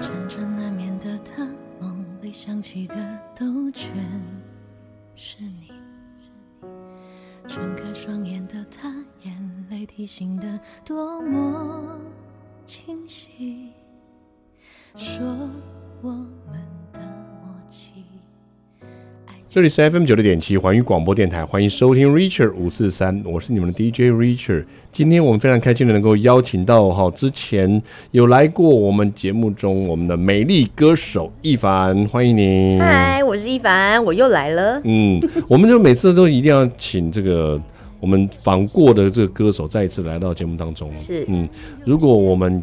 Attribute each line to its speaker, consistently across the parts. Speaker 1: 辗转难眠的他，梦里想起的都全是你。睁开双眼的他，眼泪提醒的多么清晰，说我们的默契。
Speaker 2: 这里是 FM 九六点七环宇广播电台，欢迎收听 Richard 五四三，我是你们的 DJ Richard。今天我们非常开心的能够邀请到哈，之前有来过我们节目中我们的美丽歌手一凡，欢迎你。
Speaker 3: 嗨，我是一凡，我又来了。
Speaker 2: 嗯，我们就每次都一定要请这个我们访过的这个歌手再一次来到节目当中。
Speaker 3: 是
Speaker 2: 嗯，如果我们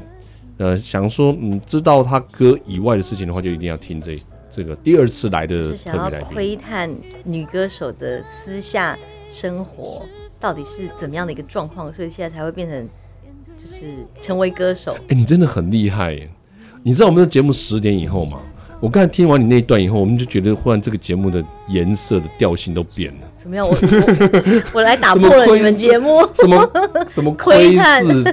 Speaker 2: 呃想说嗯知道他歌以外的事情的话，就一定要听这这个第二次来的
Speaker 3: 是
Speaker 2: 特
Speaker 3: 想
Speaker 2: 别
Speaker 3: 要
Speaker 2: 来宾。
Speaker 3: 窥探女歌手的私下生活到底是怎么样的一个状况，所以现在才会变成就是成为歌手。
Speaker 2: 哎、你真的很厉害耶！你知道我们的节目十点以后吗？我刚才听完你那一段以后，我们就觉得忽然这个节目的颜色的调性都变了，
Speaker 3: 怎么样？我 我我来打破
Speaker 2: 怎么
Speaker 3: 了
Speaker 2: 窥
Speaker 3: 你们节目。
Speaker 2: 什 么什么窥
Speaker 3: 窥探
Speaker 2: 视，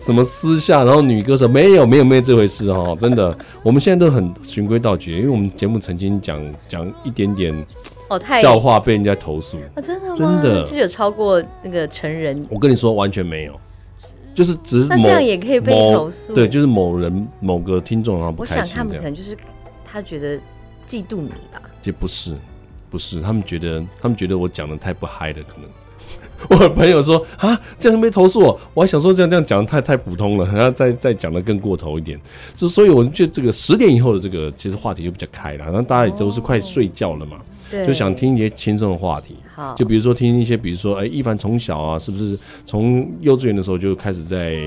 Speaker 2: 什么私下，然后女歌手没有没有没有这回事哦，真的，我们现在都很循规蹈矩，因为我们节目曾经讲讲一点点
Speaker 3: 哦，太
Speaker 2: 笑话被人家投诉，
Speaker 3: 啊，真的吗？
Speaker 2: 真的
Speaker 3: 就是有超过那个成人。
Speaker 2: 我跟你说完全没有，就是只是
Speaker 3: 那
Speaker 2: 某
Speaker 3: 这样也可以被
Speaker 2: 某
Speaker 3: 投诉
Speaker 2: 对，就是某人某个听众然后不
Speaker 3: 我
Speaker 2: 开
Speaker 3: 想
Speaker 2: 心
Speaker 3: 他们
Speaker 2: 这样。
Speaker 3: 可能就是他觉得嫉妒你吧。
Speaker 2: 这不是，不是，他们觉得他们觉得我讲的太不嗨了，可能。 我的朋友说啊，这样被投诉我，我还想说这样这样讲得太太普通了，还要再再讲的更过头一点。就所以我觉得这个十点以后的这个其实话题就比较开了，然后大家也都是快睡觉了嘛，
Speaker 3: 哦对，
Speaker 2: 就想听一些轻松的话题。
Speaker 3: 好，
Speaker 2: 就比如说听一些，比如说，哎，一凡从小啊，是不是从幼稚园的时候就开始在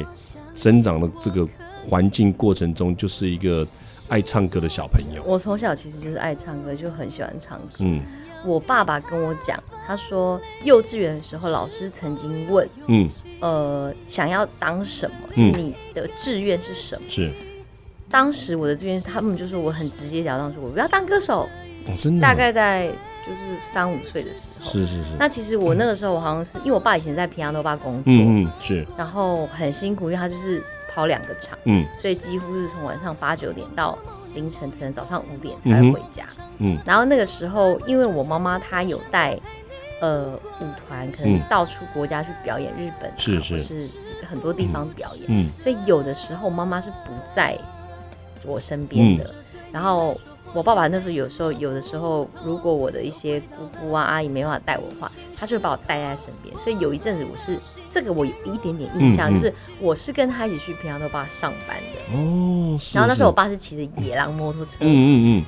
Speaker 2: 生长的这个环境过程中，就是一个爱唱歌的小朋友。
Speaker 3: 我从小其实就是爱唱歌，就很喜欢唱歌。
Speaker 2: 嗯
Speaker 3: 我爸爸跟我讲，他说幼稚园的时候，老师曾经问，
Speaker 2: 嗯，
Speaker 3: 呃，想要当什么？
Speaker 2: 嗯
Speaker 3: 就是你的志愿是什么？
Speaker 2: 是，
Speaker 3: 当时我的志愿，他们就说我很直截了当说，我不要当歌手。
Speaker 2: 哦真的哦
Speaker 3: 大概在就是三五岁的时候。
Speaker 2: 是是是，
Speaker 3: 那其实我那个时候，我好像是因为我爸以前在皮亚诺巴工作，
Speaker 2: 嗯嗯是，
Speaker 3: 然后很辛苦，因为他就是跑两个场，
Speaker 2: 嗯
Speaker 3: 所以几乎是从晚上八九点到凌晨，可能早上五点才会回家。
Speaker 2: 嗯
Speaker 3: 然后那个时候，因为我妈妈她有带呃舞团，可能
Speaker 2: 嗯
Speaker 3: 到处国家去表演，日本、啊、
Speaker 2: 是是
Speaker 3: 或是很多地方表演，
Speaker 2: 嗯
Speaker 3: 所以有的时候妈妈是不在我身边的。
Speaker 2: 嗯
Speaker 3: 然后我爸爸那时候有时候有的时候，如果我的一些姑姑啊阿姨没办法带我的话，他就会把我带在身边。所以有一阵子我是这个我有一点点印象，
Speaker 2: 嗯嗯
Speaker 3: 就是我是跟他一起去平常都爸上班的。
Speaker 2: 哦是，
Speaker 3: 然后那时候我
Speaker 2: 是，
Speaker 3: 爸是骑着野狼摩托车，
Speaker 2: 嗯嗯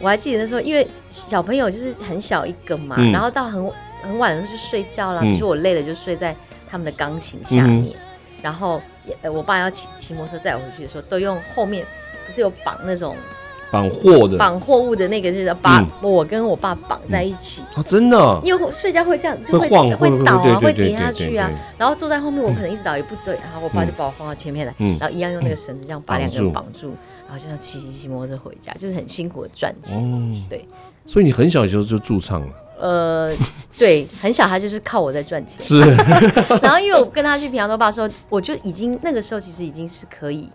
Speaker 3: 我还记得那时候，因为小朋友就是很小一个嘛，
Speaker 2: 嗯
Speaker 3: 然后到很很晚的时候就睡觉啦。
Speaker 2: 嗯
Speaker 3: 比如说我累了就睡在他们的钢琴下面，然后也呃我爸要骑骑摩托车载我回去的时候，都用后面不是有绑那种
Speaker 2: 嗯，绑货的，
Speaker 3: 绑货物的那个，就是把
Speaker 2: 嗯
Speaker 3: 我跟我爸绑在一起。
Speaker 2: 啊真的啊，
Speaker 3: 因为睡觉会这样，就
Speaker 2: 会晃
Speaker 3: 会
Speaker 2: 会
Speaker 3: 倒啊，
Speaker 2: 会
Speaker 3: 会
Speaker 2: 对对
Speaker 3: 跌下
Speaker 2: 对对
Speaker 3: 去啊
Speaker 2: 对。
Speaker 3: 然后坐在后面，我可能一直倒也不对，然后我爸
Speaker 2: 嗯
Speaker 3: 就把我放到前面来，
Speaker 2: 嗯
Speaker 3: 然后一样用那个绳子这样把两个人
Speaker 2: 绑
Speaker 3: 绑住，然后就像骑骑骑摩托车回家，就是很辛苦的赚钱。
Speaker 2: 哦
Speaker 3: 对，
Speaker 2: 所以你很小的时候就驻唱了，
Speaker 3: 呃，对， 很小他就是靠我在赚钱。
Speaker 2: 是，
Speaker 3: 然后因为我跟他去平阳多坝的时候，我就已经那个时候其实已经是可以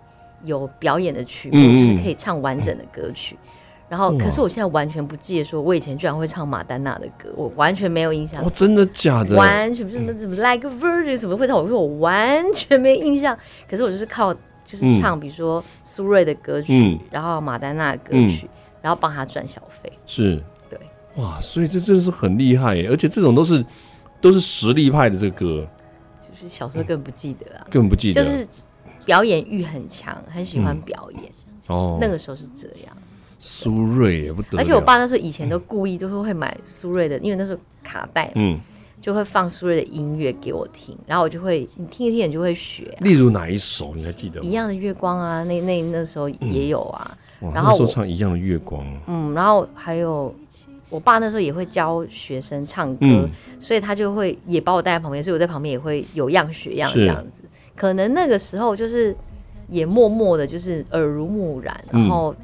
Speaker 3: 有表演的曲目，
Speaker 2: 嗯嗯
Speaker 3: 就是可以唱完整的歌曲。然后，可是我现在完全不记得，说我以前居然会唱马丹娜的歌，我完全没有印象
Speaker 2: 哦，真的假的？
Speaker 3: 完全不是什么什么 like a virgin 什么会唱，我说我完全没印象。可是我就是靠就是唱，比如说苏芮的歌曲，
Speaker 2: 嗯
Speaker 3: 然后马丹娜的歌曲，然后帮他赚小费。
Speaker 2: 是，
Speaker 3: 对，
Speaker 2: 哇，所以这真的是很厉害耶，而且这种都是都是实力派的这个歌，
Speaker 3: 就是小
Speaker 2: 嗯
Speaker 3: 时候根本不记得啊，
Speaker 2: 根本不记
Speaker 3: 就
Speaker 2: 得，
Speaker 3: 是表演欲很强，很喜欢表演。
Speaker 2: 嗯哦，啊
Speaker 3: 那个时候是这样，
Speaker 2: 苏芮也不得了，
Speaker 3: 而且我爸那时候以前都故意就是会买苏芮的，因为那时候卡带嘛，
Speaker 2: 嗯，
Speaker 3: 就会放苏芮的音乐给我听，然后我就会你听一听，你就会学啊、
Speaker 2: 例如哪一首你还记得吗
Speaker 3: 一？样的月光啊，那那那时候
Speaker 2: 嗯
Speaker 3: 也有啊，
Speaker 2: 哇，
Speaker 3: 然
Speaker 2: 那
Speaker 3: 后
Speaker 2: 时候
Speaker 3: 我
Speaker 2: 唱一样的月光，
Speaker 3: 嗯，然后还有我爸那时候也会教学生唱歌，
Speaker 2: 嗯
Speaker 3: 所以他就会也把我带在旁边，所以我在旁边也会有样学样
Speaker 2: 是
Speaker 3: 这样子。可能那个时候就是也默默的，就是耳濡目染，
Speaker 2: 嗯
Speaker 3: 然后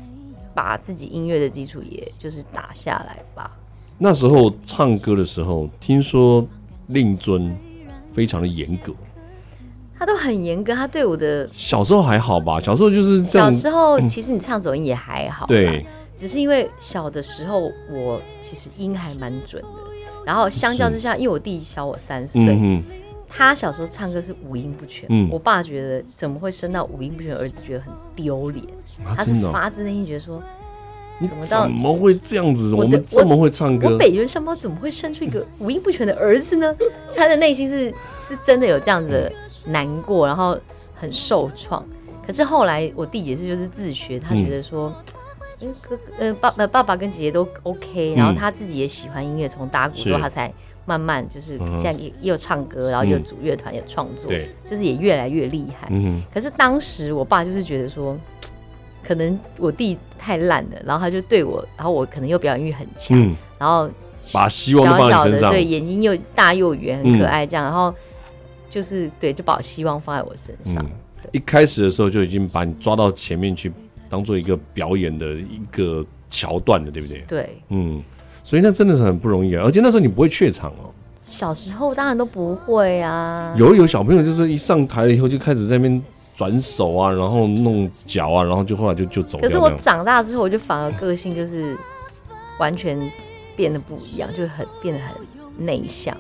Speaker 3: 把自己音乐的基础也就是打下来吧。
Speaker 2: 那时候唱歌的时候，听说令尊非常的严格，
Speaker 3: 他都很严格，他对我的
Speaker 2: 小时候还好吧，小时候就是这
Speaker 3: 小
Speaker 2: 样，
Speaker 3: 时候，其实你唱走音也还好，
Speaker 2: 对，
Speaker 3: 只是因为小的时候我其实音还蛮准的，然后相较之下，因为我弟小我三岁，
Speaker 2: 嗯哼，
Speaker 3: 他小时候唱歌是五音不全，
Speaker 2: 嗯
Speaker 3: 我爸觉得怎么会生到五音不全儿子，觉得很丢脸，
Speaker 2: 啊
Speaker 3: 他是
Speaker 2: 真的哦、
Speaker 3: 发自内心觉得说，
Speaker 2: 你
Speaker 3: 怎么到
Speaker 2: 怎么会这样子？
Speaker 3: 我
Speaker 2: 我
Speaker 3: 的
Speaker 2: 们这么会唱
Speaker 3: 我
Speaker 2: 歌，
Speaker 3: 北原上包怎么会生出一个五音不全的儿子呢？ 他的内心是是真的有这样子的难过，然后很受创。可是后来我弟也是就是自学，他觉得说，因为哥呃爸呃爸爸跟姐姐都 OK，然后他自己也喜欢音乐，从打鼓之后
Speaker 2: 是
Speaker 3: 他才慢慢就是
Speaker 2: 嗯哼
Speaker 3: 现在也又唱歌，然后又
Speaker 2: 嗯
Speaker 3: 组乐团也创作，
Speaker 2: 对，
Speaker 3: 就是也越来越厉害。
Speaker 2: 嗯
Speaker 3: 可是当时我爸就是觉得说，可能我弟太烂了，然后他就对我，然后我可能又表演欲很强，
Speaker 2: 嗯，
Speaker 3: 然后
Speaker 2: 把希望都放在
Speaker 3: 小
Speaker 2: 你身
Speaker 3: 小的，
Speaker 2: 上，
Speaker 3: 对，眼睛又大又圆，很可爱这样，然后就是对，就把希望放在我身上。
Speaker 2: 嗯一开始的时候就已经把你抓到前面去，当做一个表演的一个桥段了，对不对？
Speaker 3: 对，
Speaker 2: 嗯，所以那真的是很不容易啊，而且那时候你不会怯场哦。
Speaker 3: 小时候当然都不会啊，
Speaker 2: 有有小朋友就是一上台了以后就开始在那边转手啊，然后弄脚啊，然后就后来就就走
Speaker 3: 可
Speaker 2: 掉
Speaker 3: 是
Speaker 2: 这
Speaker 3: 我
Speaker 2: 样。
Speaker 3: 长大之后，我就反而个性就是完全变得不一样，就是很变得很内向，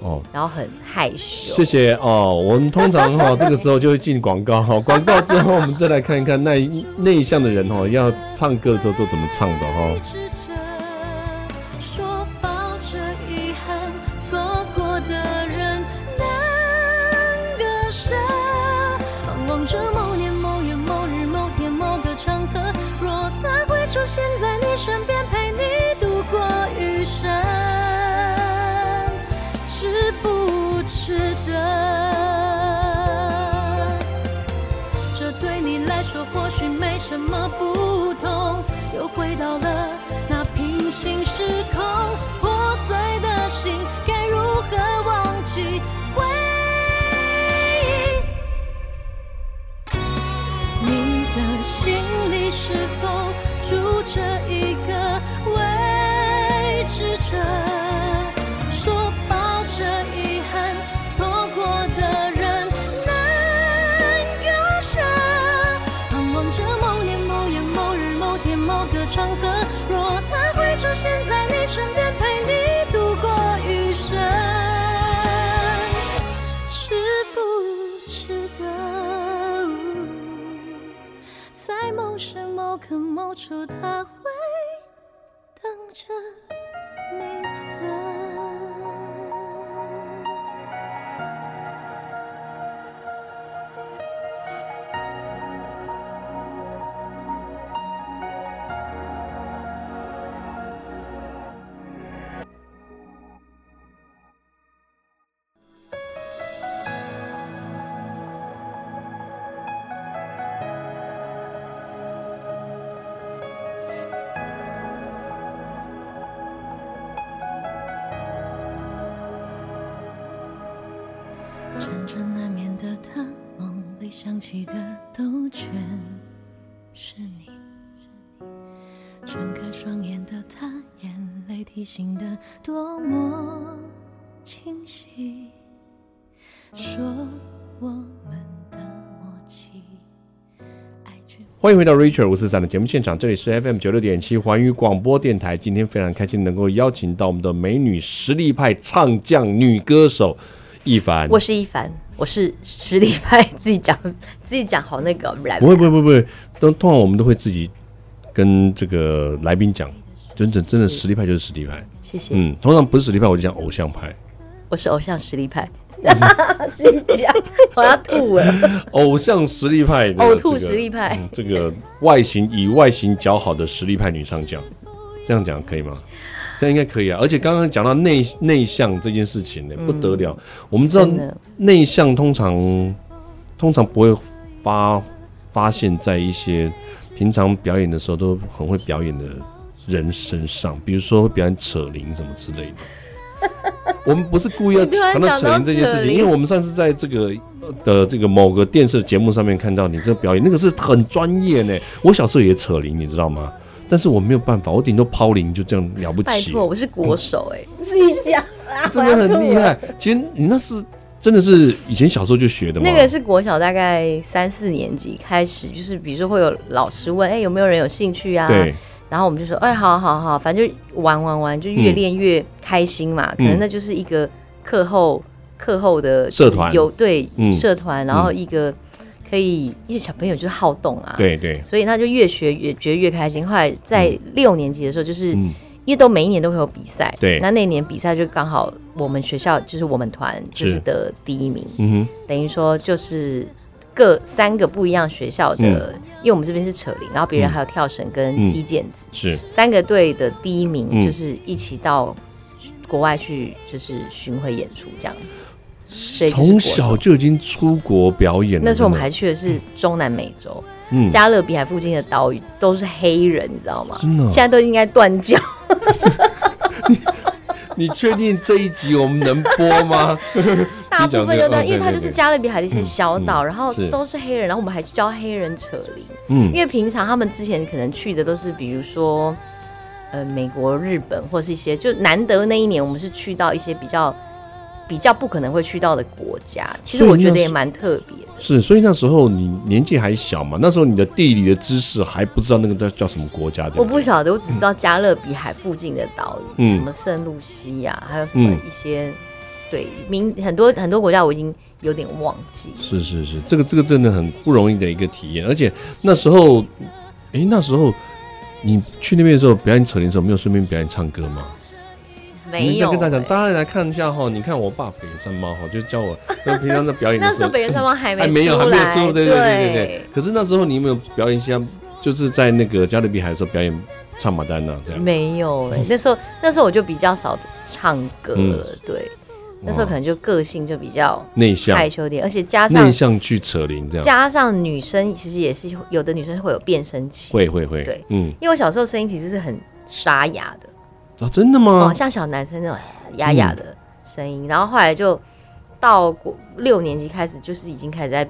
Speaker 2: 哦，
Speaker 3: 然后很害羞。
Speaker 2: 谢谢哦。我们通常 哈、这个时候就会进广告哈、广告之后我们再来看一看那内向的人哈、要唱歌的时候都怎么唱的哈、
Speaker 1: 一直着说抱着遗憾，错过的人难割舍。盼望着某年某月某日某天某个场合，若他会出现在你身边，陪你度过余生，值不值得？这对你来说或许没什么不同，又回到了那平行时空，破碎的心该如何忘记回忆？你的心里是否住着一个维持者？说抱着遗憾，错过的人难割舍。盼望着某年某月某日某天某个场合，若他会出现在你身边，陪你度过余生，值不值得？在某时某刻某处，他会等着你的。辗转难眠的他，梦里想起的都全是你。睁开双眼的他，眼泪提醒的多么清晰，说我们的默契，爱绝
Speaker 2: 欢迎回到 Richard 五四三的节目现场，这里是 FM 九六点七环宇广播电台。今天非常开心能够邀请到我们的美女实力派唱将女歌手一凡。
Speaker 3: 我是一凡，我是实力派， 自己讲自己讲好那个，
Speaker 2: 不会不会不会不会，都通常我们都会自己跟这个来宾讲，真正真的实力派就是实力派。
Speaker 3: 谢谢，
Speaker 2: 嗯，通常不是实力派，我就讲偶像 派。
Speaker 3: 我是偶像实力派，
Speaker 2: 嗯
Speaker 3: 自己讲，我要 吐了，
Speaker 2: 偶像实力派的、这个，
Speaker 3: 呕吐实力派
Speaker 2: 嗯这个外形以外形较好的实力派女上将，这样讲可以吗？这样应该可以啊。而且刚刚讲到内内向这件事情呢、不得了。我们知道
Speaker 3: 嗯真的
Speaker 2: 内向通常通常不会发发现在一些平常表演的时候都很会表演的人身上，比如说会表演扯铃什么之 类的。我们不是故意要
Speaker 3: 你突然
Speaker 2: 谈到
Speaker 3: 讲
Speaker 2: 扯
Speaker 3: 到
Speaker 2: 铃这件事
Speaker 3: 扯
Speaker 2: 情，因
Speaker 3: 铃
Speaker 2: 为我们上次在这个呃的这个某个电视节目上面看到你这个表演，那个是很专业呢。我小时候也扯铃，你知道吗？但是我没有办法，我顶多抛铃就这样了不嗯
Speaker 3: 拜
Speaker 2: 起。
Speaker 3: 托，我是国手哎、自己讲，
Speaker 2: 真的很厉害。其实你那是真的是以前小时候就学的吗？
Speaker 3: 那个是国小大概三四年级开始，就是比如说会有老师问，哎、有没有人有兴趣啊？
Speaker 2: 对，
Speaker 3: 然后我们就说，哎，好好好，反正就玩玩玩，就越练越开心
Speaker 2: 嗯
Speaker 3: 嘛。可能那就是一个课后课后的
Speaker 2: 社团
Speaker 3: 有对、
Speaker 2: 嗯
Speaker 3: 社团，然后一个可以，因为小朋友就是好动啊，，
Speaker 2: 对对，
Speaker 3: 所以他就越学越觉得越开心。后来在六年级的时候，就是、
Speaker 2: 嗯
Speaker 3: 因为都每一年都会有比赛，
Speaker 2: 对
Speaker 3: 那那年比赛就刚好我们学校就是我们团就是
Speaker 2: 是
Speaker 3: 得第一名，
Speaker 2: 嗯哼，
Speaker 3: 等于说就是各三个不一样学校的，因为我们这边是扯铃，然后别人还有跳绳跟
Speaker 2: 嗯
Speaker 3: 踢毽子，
Speaker 2: 是
Speaker 3: 三个队的第一名
Speaker 2: 嗯
Speaker 3: 就是一起到国外去，就是巡回演出这样子。所以就是
Speaker 2: 从
Speaker 3: 国
Speaker 2: 小就已经出国表演了。
Speaker 3: 那时候我们还
Speaker 2: 真的
Speaker 3: 去的是中南美洲，
Speaker 2: 嗯
Speaker 3: 加勒比海附近的岛屿都是黑人，你知道吗？
Speaker 2: 真的哦
Speaker 3: 现在都应该断 交。
Speaker 2: 你确定这一集我们能播吗？
Speaker 3: 大部分就
Speaker 2: 这个
Speaker 3: 断，
Speaker 2: 嗯
Speaker 3: 因为它
Speaker 2: 对
Speaker 3: 就
Speaker 2: 对
Speaker 3: 是
Speaker 2: 对
Speaker 3: 加勒比海的一些小岛，
Speaker 2: 嗯嗯
Speaker 3: 然后
Speaker 2: 是
Speaker 3: 都是黑人，然后我们还去教黑人扯铃，
Speaker 2: 嗯
Speaker 3: 因为平常他们之前可能去的都是比如说，呃，美国、日本或是一些，就难得那一年我们是去到一些比较比较不可能会去到的国家，其实
Speaker 2: 所以
Speaker 3: 我觉
Speaker 2: 那
Speaker 3: 得也
Speaker 2: 是
Speaker 3: 蛮特别的。
Speaker 2: 是，所以那时候你年纪还小嘛，那时候你的地理的知识还不知道那个叫叫什么国家，对
Speaker 3: 我
Speaker 2: 对
Speaker 3: 不晓得，我只知道加勒比海附近的岛屿，
Speaker 2: 嗯
Speaker 3: 什么圣露西亚，还有什么
Speaker 2: 嗯
Speaker 3: 一些、对名很多很多国家我已经有点忘记了。
Speaker 2: 是是是，这个这个真的很不容易的一个体验，而且那时候，诶，那时候你去那边的时候表演扯铃的时候，没有顺便表演唱歌吗？
Speaker 3: 没
Speaker 2: 你要
Speaker 3: 有、
Speaker 2: 跟大家
Speaker 3: 欸
Speaker 2: 讲，大家来看一下哈，你看我爸北山猫哈，就教我那平常在表演的
Speaker 3: 那
Speaker 2: 时
Speaker 3: 时候
Speaker 2: 候，
Speaker 3: 北原三方还没
Speaker 2: 还没有
Speaker 3: 出
Speaker 2: 还没有
Speaker 3: 来
Speaker 2: 出，对
Speaker 3: 对
Speaker 2: 对对对对。可是那时候你有没有表演一下，就是在那个加勒比海的时候表演唱马丹娜这样？
Speaker 3: 没有哎、那时候那时候我就比较少唱歌了，
Speaker 2: 嗯
Speaker 3: 对，那时候可能就个性就比较
Speaker 2: 内向
Speaker 3: 害，羞点，而且加上
Speaker 2: 内向去扯铃这样，
Speaker 3: 加上女生其实也是有的女生会有变声期，
Speaker 2: 会会会，
Speaker 3: 对
Speaker 2: 嗯，
Speaker 3: 因为我小时候声音其实是很沙哑的，
Speaker 2: 啊，真的
Speaker 3: 哦、
Speaker 2: 吗？
Speaker 3: 像小男生那种哑哑的声音，
Speaker 2: 嗯
Speaker 3: 然后后来就到国六年级开始就是已经开始在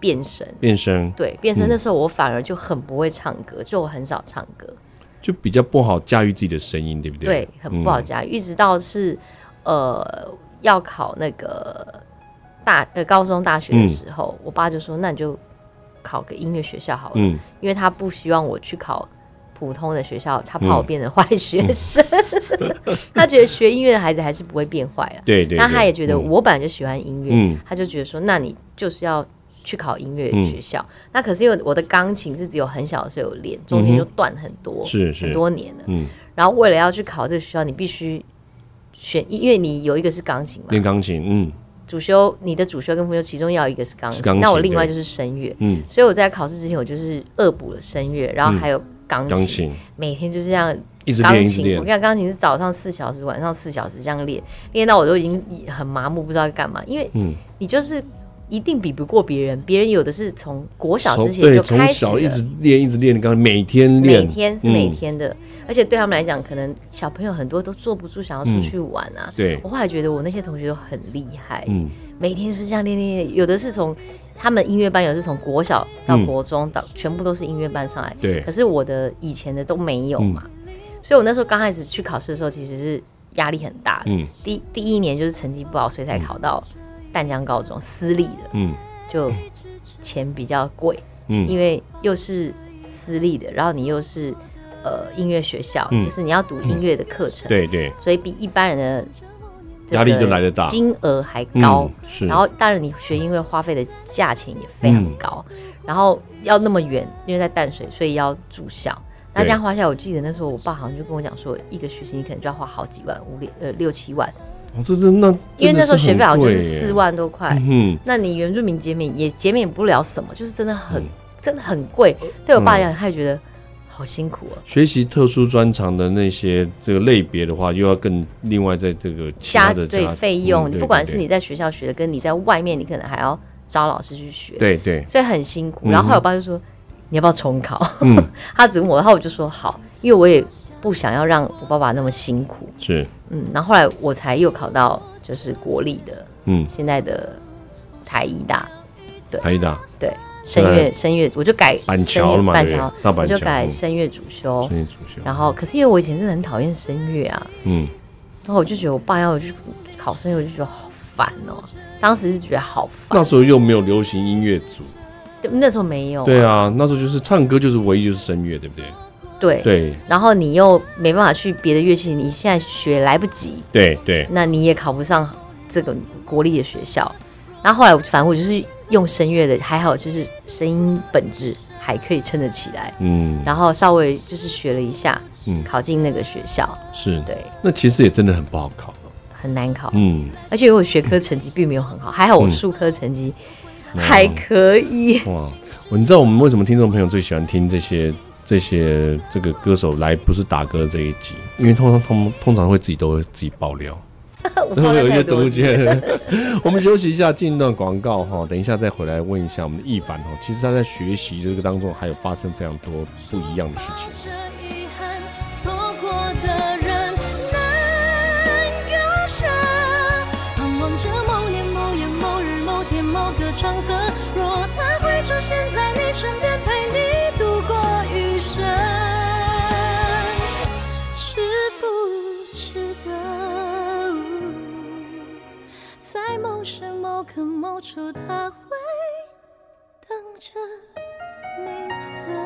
Speaker 3: 变声。
Speaker 2: 变声
Speaker 3: 对，变声
Speaker 2: 嗯
Speaker 3: 那时候我反而就很不会唱歌，就我很少唱歌。
Speaker 2: 就比较不好驾驭自己的声音，对不对？嗯
Speaker 3: 对，很不好驾驭，一直到是呃要考那个大呃高中大学的时候，我爸就说那你就考个音乐学校好了，
Speaker 2: 嗯，
Speaker 3: 因为他不希望我去考普通的学校，他怕我变成坏学生， 他觉得学音乐的孩子还是不会变坏啊。
Speaker 2: 嗯对对对。
Speaker 3: 那他也觉得
Speaker 2: 嗯
Speaker 3: 我本来就喜欢音乐，
Speaker 2: 嗯
Speaker 3: 他就觉得说，那你就是要去考音乐
Speaker 2: 嗯嗯
Speaker 3: 学校。那可是因为我的钢琴是只有很小的时候有练，中间就断很多，
Speaker 2: 是是
Speaker 3: 很多年了。
Speaker 2: 嗯
Speaker 3: 然后为了要去考这个学校，你必须选，因为你有一个是钢琴嘛，
Speaker 2: 练钢琴，嗯
Speaker 3: 主修你的主修跟副修其中要一个是钢琴，
Speaker 2: 是钢琴
Speaker 3: 那我另外就是声乐，
Speaker 2: 嗯，
Speaker 3: 所以我在考试之前我就是恶补了声乐，然后还有钢琴，
Speaker 2: 钢琴
Speaker 3: 每天就这样
Speaker 2: 一直
Speaker 3: 钢
Speaker 2: 练一直
Speaker 3: 琴，我
Speaker 2: 练
Speaker 3: 跟你，讲，钢琴是早上四小时，晚上四小时这样练，练到我都已经很麻木，不知道干嘛，因为
Speaker 2: 嗯
Speaker 3: 你就是。一定比不过别人，别人有的是从国小
Speaker 2: 从
Speaker 3: 之前
Speaker 2: 对
Speaker 3: 就
Speaker 2: 从
Speaker 3: 开始
Speaker 2: 小
Speaker 3: 了
Speaker 2: 一直练一直练钢琴，每天
Speaker 3: 每
Speaker 2: 练，
Speaker 3: 天是
Speaker 2: 嗯
Speaker 3: 每天的，而且对他们来讲，可能小朋友很多都坐不住，想要出去玩啊。
Speaker 2: 嗯对
Speaker 3: 我后来觉得我那些同学都很厉害，
Speaker 2: 嗯
Speaker 3: 每天就是这样练练练，有的是从他们音乐班，有的是从国小到国中到、全部都是音乐班上来。
Speaker 2: 嗯对嗯
Speaker 3: 可是我的以前的都没有嘛，所以我那时候刚开始去考试的时候，其实是压力很大的。
Speaker 2: 嗯
Speaker 3: 第第一年就是成绩不好，所以才考到淡江高中私立的，
Speaker 2: 嗯
Speaker 3: 就钱比较贵。
Speaker 2: 嗯
Speaker 3: 因为又是私立的，然后你又是呃音乐学校，
Speaker 2: 嗯
Speaker 3: 就是你要读音乐的课程，
Speaker 2: 对对
Speaker 3: 所以比一般人的这个
Speaker 2: 压力就来得大
Speaker 3: 金额还高。
Speaker 2: 嗯是，
Speaker 3: 然后当然你学音乐花费的价钱也非常高，
Speaker 2: 嗯
Speaker 3: 然后要那么远，因为在淡水，所以要住校。那
Speaker 2: 对
Speaker 3: 这样花下来，我记得那时候我爸好像就跟我讲说，一个学期你可能就要花好几万，五六呃六七万，
Speaker 2: 哦这真那
Speaker 3: 因为那时候学费好像就是四
Speaker 2: 四，
Speaker 3: 万多块，
Speaker 2: 嗯
Speaker 3: 那你原住民减免也减免不了什么，就是真的很、
Speaker 2: 嗯
Speaker 3: 真的很贵。
Speaker 2: 呃
Speaker 3: 对我爸来讲，他也觉得好辛苦哦、
Speaker 2: 学习特殊专长的那些这个类别的话，又要更另外在这个其他的
Speaker 3: 对
Speaker 2: 加
Speaker 3: 费
Speaker 2: 嗯
Speaker 3: 用，
Speaker 2: 对
Speaker 3: 不管
Speaker 2: 对
Speaker 3: 是你在学校学的，跟你在外面，你可能还要找老师去学，
Speaker 2: 对对
Speaker 3: 所以很辛苦。
Speaker 2: 嗯哼
Speaker 3: 然后后来我爸就说：“你要不要重考？”
Speaker 2: 嗯
Speaker 3: 他只问我，然后我就说：“好，因为我也不想要让我爸爸那么辛苦。
Speaker 2: 是”
Speaker 3: 嗯，然后后来我才又考到就是国立的
Speaker 2: 嗯
Speaker 3: 现在的台医大
Speaker 2: 台大
Speaker 3: 对声乐声乐，我就改
Speaker 2: 板
Speaker 3: 声
Speaker 2: 桥
Speaker 3: 乐
Speaker 2: 了嘛
Speaker 3: 板
Speaker 2: 对不对
Speaker 3: 桥，
Speaker 2: 大板
Speaker 3: 我就
Speaker 2: 桥
Speaker 3: 改
Speaker 2: 嗯
Speaker 3: 声乐主修。
Speaker 2: 专业主修，
Speaker 3: 然后，可是因为我以前真的很讨厌声乐啊，
Speaker 2: 嗯
Speaker 3: 然后我就觉得我爸要我去考声乐，我就觉得好烦哦。当时是觉得好烦
Speaker 2: 那，时候又没有流行音乐组，
Speaker 3: 就那时候没有、
Speaker 2: 对，啊，那时候就是唱歌就是唯一就是声乐，对不对？
Speaker 3: 对
Speaker 2: 对
Speaker 3: 然后你又没办法去别的乐器，你现在学来不及，
Speaker 2: 对对，
Speaker 3: 那你也考不上这个国立的学校。然后后来我反正我就是用声乐的，还好就是声音本质还可以撑得起来，
Speaker 2: 嗯，
Speaker 3: 然后稍微就是学了一下，
Speaker 2: 嗯
Speaker 3: 考进那个学校，
Speaker 2: 是。
Speaker 3: 对，
Speaker 2: 那其实也真的很不好考，
Speaker 3: 很难考，
Speaker 2: 嗯，
Speaker 3: 而且我学科成绩并没有很好，还好我数科成绩
Speaker 2: 嗯
Speaker 3: 还可以，
Speaker 2: 哇，我你知道我们为什么听众朋友最喜欢听这些这些这个歌手来不是打歌这一集？因为通常通通常会自己都会自己爆料，
Speaker 3: 我
Speaker 2: 都
Speaker 3: 放
Speaker 2: 会有
Speaker 3: 在
Speaker 2: 一些
Speaker 3: 太多
Speaker 2: 毒
Speaker 3: 了
Speaker 2: 箭。 我们休息一下，进一段广告哈，等一下再回来问一下我们的一凡哦。其实他在学习这个当中，还有发生非常多不一样的事情。
Speaker 1: 这遗憾，错过的人难割舍。盼望着某年某月某日某天某个场合，若他会出现在你身边，陪你度过余生，值不值得？在某时某刻某处，他会等着。你的。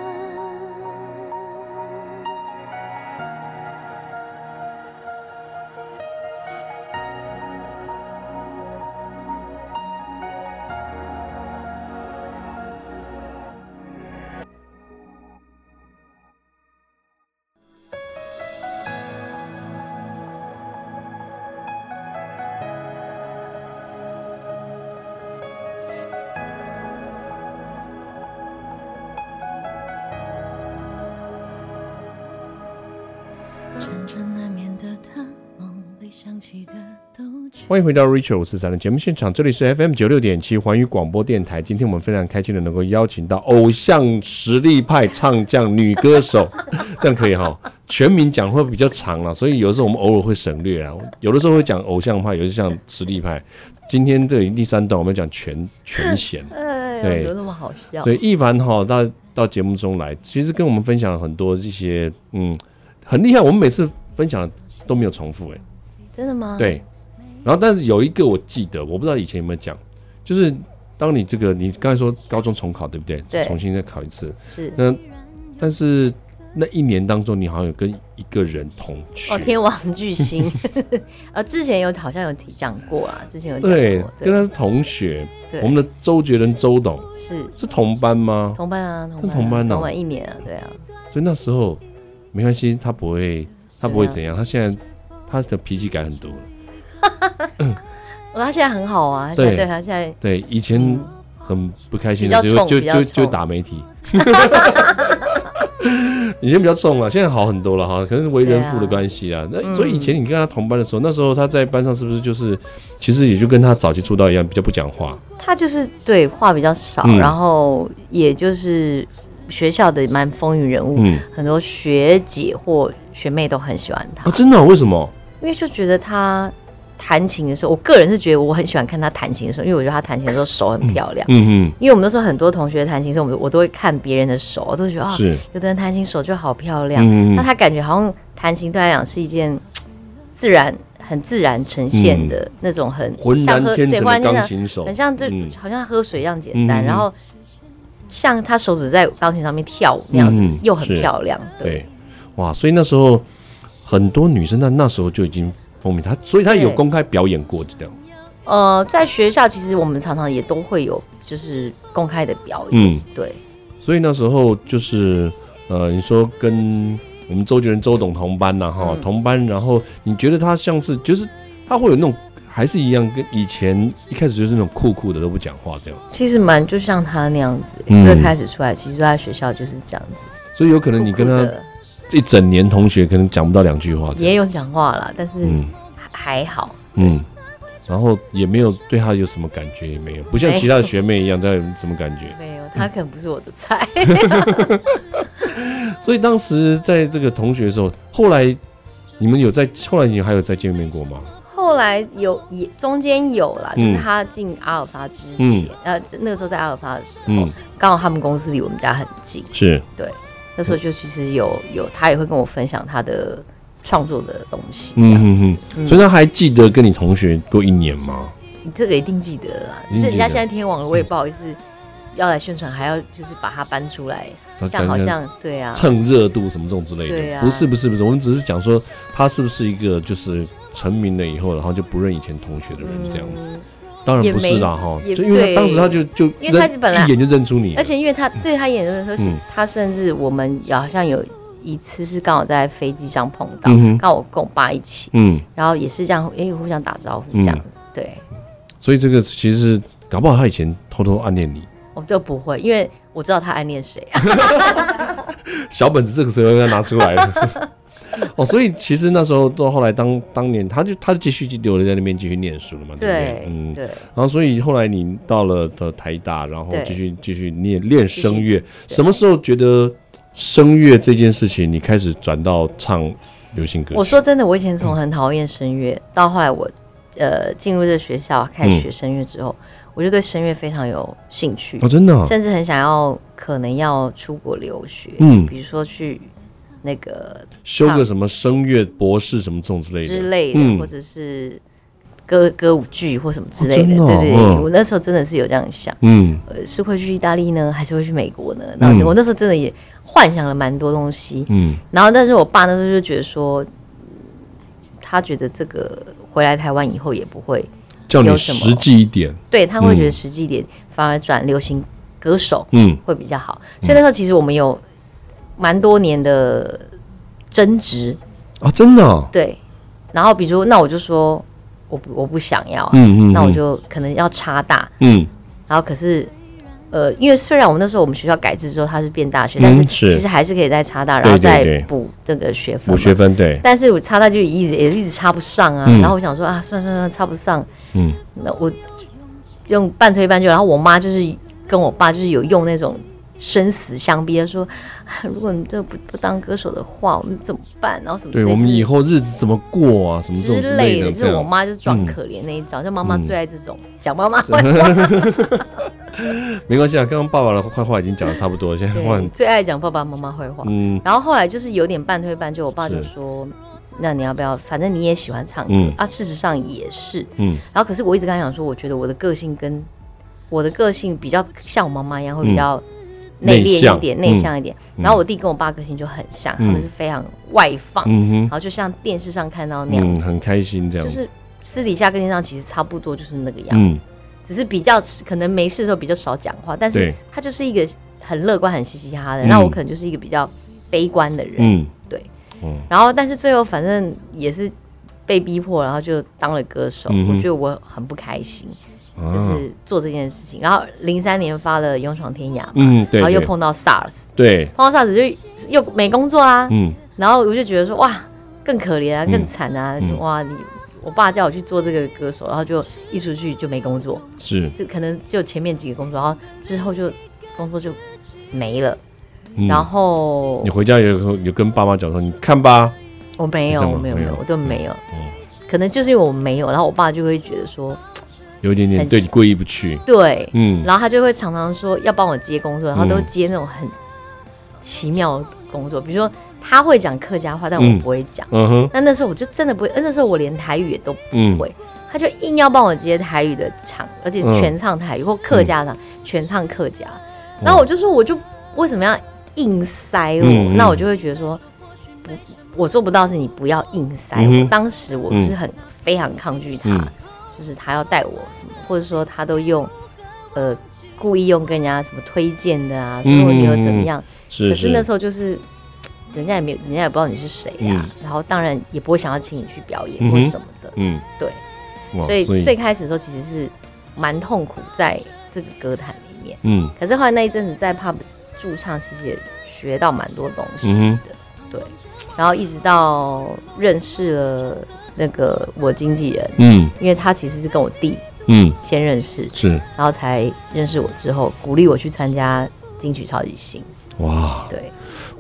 Speaker 1: 辗转难眠的他，梦里想起的都全
Speaker 2: 欢迎回到 Rachel 五四三的节目现场，这里是 FM 九六点七环宇广播电台。今天我们非常开心的能够邀请到偶像实力派唱将女歌手， 这样可以哈？全名讲会比较长了，所以有的时候我们偶尔会省略啊，有的时候会讲偶像派，有的时候讲实力派。今天这里第三段我们讲全全衔，
Speaker 3: 哎呀，
Speaker 2: 对
Speaker 3: 有那么好笑
Speaker 2: 所？以一凡哈到到节目中来，其实跟我们分享了很多这些嗯很厉害，我们每次分享的都没有重复哎、
Speaker 3: 真的吗？，
Speaker 2: 对，然后但是有一个我记得，我不知道以前有没有讲，就是当你这个你刚才说高中重考对不对？
Speaker 3: 对
Speaker 2: 重新再考一次。
Speaker 3: 是
Speaker 2: 那但是那一年当中，你好像有跟一个人同去，
Speaker 3: 哦，天王巨星， 呃，之前有好像有提讲过啊，之前有讲
Speaker 2: 对
Speaker 3: 过，，
Speaker 2: 跟他是同学，
Speaker 3: 对
Speaker 2: 我们的周杰伦周董
Speaker 3: 是
Speaker 2: 是同班吗？
Speaker 3: 同班啊，同班啊、
Speaker 2: 同班哦
Speaker 3: 同班一年啊，对啊，
Speaker 2: 所以那时候没关系，他不会，他不会
Speaker 3: 是啊
Speaker 2: 怎样，他现在他的脾气改很多了。
Speaker 3: 哦他现在很好啊，他
Speaker 2: 对
Speaker 3: 现在对他现在
Speaker 2: 对，以前很不开心的
Speaker 3: 嗯比
Speaker 2: 时
Speaker 3: 较
Speaker 2: 候
Speaker 3: 冲
Speaker 2: 就
Speaker 3: 比较
Speaker 2: 就
Speaker 3: 冲
Speaker 2: 就打媒体， 以前比较重了，啊现在好很多了哈，可能是为人父的关系
Speaker 3: 嗯
Speaker 2: 啊。那、所以以前你跟他同班的时候，那时候他在班上是不是就是，其实也就跟他早期出道一样，比较不讲话。
Speaker 3: 他就是对话比较少，
Speaker 2: 嗯
Speaker 3: 然后也就是学校的蛮风云人物，
Speaker 2: 嗯，
Speaker 3: 很多学姐或学妹都很喜欢他，
Speaker 2: 啊，真的哦、为什么？
Speaker 3: 因为就觉得他弹琴的时候，我个人是觉得我很喜欢看他弹琴的时候，因为我觉得他弹琴的时候手很漂亮。
Speaker 2: 嗯
Speaker 3: 因为我们那时候很多同学弹琴的时候，我们我都会看别人的手，我都觉得啊
Speaker 2: 哼，，是，
Speaker 3: 有的人弹琴手就好漂亮。
Speaker 2: 嗯
Speaker 3: 那他感觉好像弹琴对他来讲是一件自然、很自然呈现的那种很，
Speaker 2: 浑
Speaker 3: 像
Speaker 2: 然
Speaker 3: 喝
Speaker 2: 天
Speaker 3: 对
Speaker 2: 成
Speaker 3: 浑
Speaker 2: 的
Speaker 3: 然天
Speaker 2: 钢
Speaker 3: 成
Speaker 2: 琴手
Speaker 3: 很，像就、
Speaker 2: 嗯
Speaker 3: 好像喝水一样简单。
Speaker 2: 嗯嗯嗯
Speaker 3: 然后像他手指在钢琴上面跳舞那样子，
Speaker 2: 嗯嗯
Speaker 3: 又很
Speaker 2: 是
Speaker 3: 漂亮。对，
Speaker 2: 对，哇，所以那时候很多女生在那时候就已经风靡他，所以他有
Speaker 3: 对
Speaker 2: 公开表演过这样。
Speaker 3: 呃，在学校其实我们常常也都会有就是公开的表演。
Speaker 2: 嗯。
Speaker 3: 对，
Speaker 2: 所以那时候就是呃，你说跟我们周杰伦周董同班呐、哈、
Speaker 3: 嗯
Speaker 2: 同班，然后你觉得他像是就是他会有那种还是一样跟以前一开始就是那种酷酷的都不讲话这样，
Speaker 3: 其实蛮就像他那样子，
Speaker 2: 嗯
Speaker 3: 最开始出来，其实在学校就是这样子。
Speaker 2: 所以有可能你跟
Speaker 3: 酷酷
Speaker 2: 他
Speaker 3: 的
Speaker 2: 一整年同学可能讲不到两句话这
Speaker 3: 也
Speaker 2: 样，
Speaker 3: 有讲话啦，但是
Speaker 2: 嗯
Speaker 3: 还还好。
Speaker 2: 嗯。然后也没有对他有什么感觉，也没有，不像其他的学妹一样，她有什么感觉？
Speaker 3: 没有，
Speaker 2: 嗯
Speaker 3: 他可能不是我的菜。
Speaker 2: 所以当时在这个同学的时候，后来你们有在，后来你还有再见面过吗？
Speaker 3: 后来有也中间有啦，
Speaker 2: 嗯
Speaker 3: 就是他进阿尔法之前，呃，那个时候在阿尔法的时候
Speaker 2: 嗯，，
Speaker 3: 刚好他们公司离我们家很近，
Speaker 2: 是，
Speaker 3: 那时候就其实有有他也会跟我分享他的创作的东西。
Speaker 2: 嗯嗯嗯。
Speaker 3: 嗯
Speaker 2: 所以他还记得跟你同学过一年吗？
Speaker 3: 你这个一定记得的啦。
Speaker 2: 一定
Speaker 3: 只是人家
Speaker 2: 记
Speaker 3: 现
Speaker 2: 得
Speaker 3: 在天网了，我也不好意思要来宣传，还要就是把它搬出来，
Speaker 2: 他
Speaker 3: 这样好像对啊，
Speaker 2: 蹭热度什么这种之类
Speaker 3: 对
Speaker 2: 的，
Speaker 3: 啊
Speaker 2: 不是不是不是，我们只是讲说他是不是一个就是成名了以后，然后就不认以前同学的人这样子，
Speaker 3: 嗯。
Speaker 2: 当然
Speaker 3: 也
Speaker 2: 不是
Speaker 3: 没
Speaker 2: 啦哈，
Speaker 3: 也
Speaker 2: 就因为他当时他就就
Speaker 3: 因为他
Speaker 2: 认
Speaker 3: 本来
Speaker 2: 一眼就认出你了，
Speaker 3: 而且因为他对他演的时候是
Speaker 2: 嗯，
Speaker 3: 他甚至我们好像有一次是刚好在飞机上碰到
Speaker 2: 嗯哼，
Speaker 3: 刚好我跟我爸一起，
Speaker 2: 嗯，
Speaker 3: 然后也是这样，哎，互相打招呼
Speaker 2: 嗯
Speaker 3: 这样子，对，
Speaker 2: 所以这个其实是搞不好他以前偷偷暗恋你。
Speaker 3: 我就不会，因为我知道他暗恋谁啊，
Speaker 2: 小本子这个时候要拿出来 了。哦，所以其实那时候到后来当当年，他就他就继续留在那边继续念书了嘛，对不对？
Speaker 3: 对
Speaker 2: 嗯，
Speaker 3: 对，
Speaker 2: 然后所以后来你到了的台大，然后
Speaker 3: 对
Speaker 2: 继续继续念练声乐，
Speaker 3: 对
Speaker 2: 什么时候觉得声乐这件事情你开始转到唱流行歌曲？
Speaker 3: 我说真的，我以前从很讨厌声乐，到后来我呃进入这学校开始学
Speaker 2: 嗯
Speaker 3: 声乐之后，我就对声乐非常有兴趣，
Speaker 2: 哦，真的哦、
Speaker 3: 甚至很想要可能要出国留学，
Speaker 2: 嗯
Speaker 3: 比如说去那个
Speaker 2: 修个什么声乐博士什么这种之类
Speaker 3: 之
Speaker 2: 的，
Speaker 3: 类的，
Speaker 2: 嗯
Speaker 3: 或者是歌歌舞剧或什么之类
Speaker 2: 哦
Speaker 3: 的，
Speaker 2: 真的哦
Speaker 3: 对对对，
Speaker 2: 嗯
Speaker 3: 我那时候真的是有这样想，
Speaker 2: 嗯
Speaker 3: 呃，是会去意大利呢，还是会去美国呢？然后
Speaker 2: 嗯
Speaker 3: 我那时候真的也幻想了蛮多东西，
Speaker 2: 嗯
Speaker 3: 然后但是我爸那时候就觉得说，嗯他觉得这个回来台湾以后也不会，
Speaker 2: 叫你
Speaker 3: 有什么
Speaker 2: 实际一点，
Speaker 3: 对他会觉得实际一点，反而转流行歌手
Speaker 2: 嗯
Speaker 3: 会比较好。所以那时候其实我们有蛮多年的争执，
Speaker 2: 啊，真的哦、
Speaker 3: 对。然后比如那我就说我不我不想要啊、
Speaker 2: 嗯嗯，
Speaker 3: 那我
Speaker 2: 嗯
Speaker 3: 就可能要插大，
Speaker 2: 嗯
Speaker 3: 然后可是。呃，因为虽然我们那时候我们学校改制之后它是变大学，
Speaker 2: 嗯
Speaker 3: 但是
Speaker 2: 是
Speaker 3: 其实还是可以再插大，
Speaker 2: 对
Speaker 3: 然后
Speaker 2: 对
Speaker 3: 再
Speaker 2: 对
Speaker 3: 补这个学分嘛。
Speaker 2: 补学分对，
Speaker 3: 但是我插到就一直也是一直插不上啊，
Speaker 2: 嗯
Speaker 3: 然后我想说啊，算算算，插不上，
Speaker 2: 嗯
Speaker 3: 那我用半推半就。然后我妈就是跟我爸就是有用那种生死相逼，就说、啊如果你这不不当歌手的话，我们怎么办？然后什么之
Speaker 2: 对
Speaker 3: 类
Speaker 2: 我们
Speaker 3: 就是
Speaker 2: 以后日子怎么过啊，什么这种
Speaker 3: 之
Speaker 2: 类
Speaker 3: 类的，
Speaker 2: 的，
Speaker 3: 就是
Speaker 2: 这
Speaker 3: 我
Speaker 2: 样
Speaker 3: 妈就装
Speaker 2: 嗯
Speaker 3: 可怜那一招，就妈妈
Speaker 2: 嗯
Speaker 3: 最爱这种讲妈妈会
Speaker 2: 没关系啊。刚刚爸爸的坏话已经讲的差不多，现在换
Speaker 3: 对，最爱讲爸爸妈妈坏话。
Speaker 2: 嗯
Speaker 3: 然后后来就是有点半推半就，我爸就是说。那你要不要？反正你也喜欢唱歌、
Speaker 2: 嗯
Speaker 3: 啊，事实上也是，
Speaker 2: 嗯
Speaker 3: 然后可是我一直跟他讲说，我觉得我的个性跟我的个性比较像我妈妈一样，会比较内敛一点、
Speaker 2: 嗯内向
Speaker 3: 内向一点。
Speaker 2: 嗯
Speaker 3: 然后我弟跟我爸个性就很像，
Speaker 2: 嗯
Speaker 3: 他们是非常外放，
Speaker 2: 嗯
Speaker 3: 然后就像电视上看到
Speaker 2: 哼
Speaker 3: 那样
Speaker 2: 嗯，
Speaker 3: 子，
Speaker 2: 很开心这样
Speaker 3: 就
Speaker 2: 子，
Speaker 3: 是私底下跟电视上其实差不多就是那个样
Speaker 2: 嗯
Speaker 3: 子，只是比较可能没事的时候比较少讲话，但是
Speaker 2: 对
Speaker 3: 他就是一个很乐观、很嘻嘻哈哈的，
Speaker 2: 嗯
Speaker 3: 然后我可能就是一个比较悲观的人。
Speaker 2: 嗯
Speaker 3: 然后但是最后反正也是被逼迫，然后就当了歌手。
Speaker 2: 嗯哼
Speaker 3: 我觉得我很不开心，
Speaker 2: 啊
Speaker 3: 就是做这件事情。然后零三年发了《勇闯天涯》嘛，
Speaker 2: 嗯对
Speaker 3: 然后又
Speaker 2: 对
Speaker 3: 碰到 SARS，
Speaker 2: 对
Speaker 3: 碰到 SARS 就又没工作啦、
Speaker 2: 嗯
Speaker 3: 然后我就觉得说哇，更可怜啊，
Speaker 2: 嗯
Speaker 3: 更惨啊，
Speaker 2: 嗯
Speaker 3: 哇你。我爸叫我去做这个歌手，然后就一出去就没工作，
Speaker 2: 是
Speaker 3: 就可能只有前面几个工作，然后之后就工作就没了。
Speaker 2: 嗯
Speaker 3: 然后
Speaker 2: 你回家有有跟爸妈讲说，你看吧，
Speaker 3: 我没有，
Speaker 2: 你怎么
Speaker 3: 我没有，
Speaker 2: 没
Speaker 3: 没
Speaker 2: 有
Speaker 3: 有，我都没有。
Speaker 2: 嗯
Speaker 3: 可能就是因为我没有，然后我爸就会觉得说，
Speaker 2: 有一点点
Speaker 3: 很
Speaker 2: 对你过意不去，
Speaker 3: 对，
Speaker 2: 嗯
Speaker 3: 然后他就会常常说要帮我接工作，然后都
Speaker 2: 嗯
Speaker 3: 接那种很奇妙的工作，比如说他会讲客家话，但
Speaker 2: 嗯
Speaker 3: 我不会讲。
Speaker 2: 嗯哼
Speaker 3: 那那时候我就真的不会，呃那时候我连台语也都，
Speaker 2: 嗯
Speaker 3: 会他就硬要帮我接台语的场，而且
Speaker 2: 嗯
Speaker 3: 全唱台语、或客家场，全唱客家。然后我就说，我就为什么要硬塞我？
Speaker 2: 嗯嗯
Speaker 3: 那我就会觉得说，不，我做不到是你不要硬塞
Speaker 2: 嗯
Speaker 3: 我。
Speaker 2: 哼
Speaker 3: 当时我就是很、非常抗拒他，
Speaker 2: 嗯
Speaker 3: 就是他要带我什么，或者说他都用呃故意用跟人家什么推荐的啊，
Speaker 2: 嗯
Speaker 3: 说你有怎么样。
Speaker 2: 是
Speaker 3: 可是那时候就是。人家也没有，人家也不知道你是谁呀、
Speaker 2: 嗯
Speaker 3: 然后当然也不会想要请你去表演
Speaker 2: 嗯
Speaker 3: 或
Speaker 2: 哼
Speaker 3: 什么的，
Speaker 2: 嗯
Speaker 3: 对，
Speaker 2: 哇
Speaker 3: 所以最开始的时候其实是蛮痛苦在这个歌坛里面。
Speaker 2: 嗯
Speaker 3: 可是后来那一阵子在 pub 驻唱，其实也学到蛮多东西
Speaker 2: 嗯
Speaker 3: 的，对。然后一直到认识了那个我经纪人，
Speaker 2: 嗯
Speaker 3: 因为他其实是跟我弟
Speaker 2: 嗯
Speaker 3: 先认识，
Speaker 2: 是
Speaker 3: 然后才认识我之后，鼓励我去参加金曲超级星，
Speaker 2: 哇
Speaker 3: 对，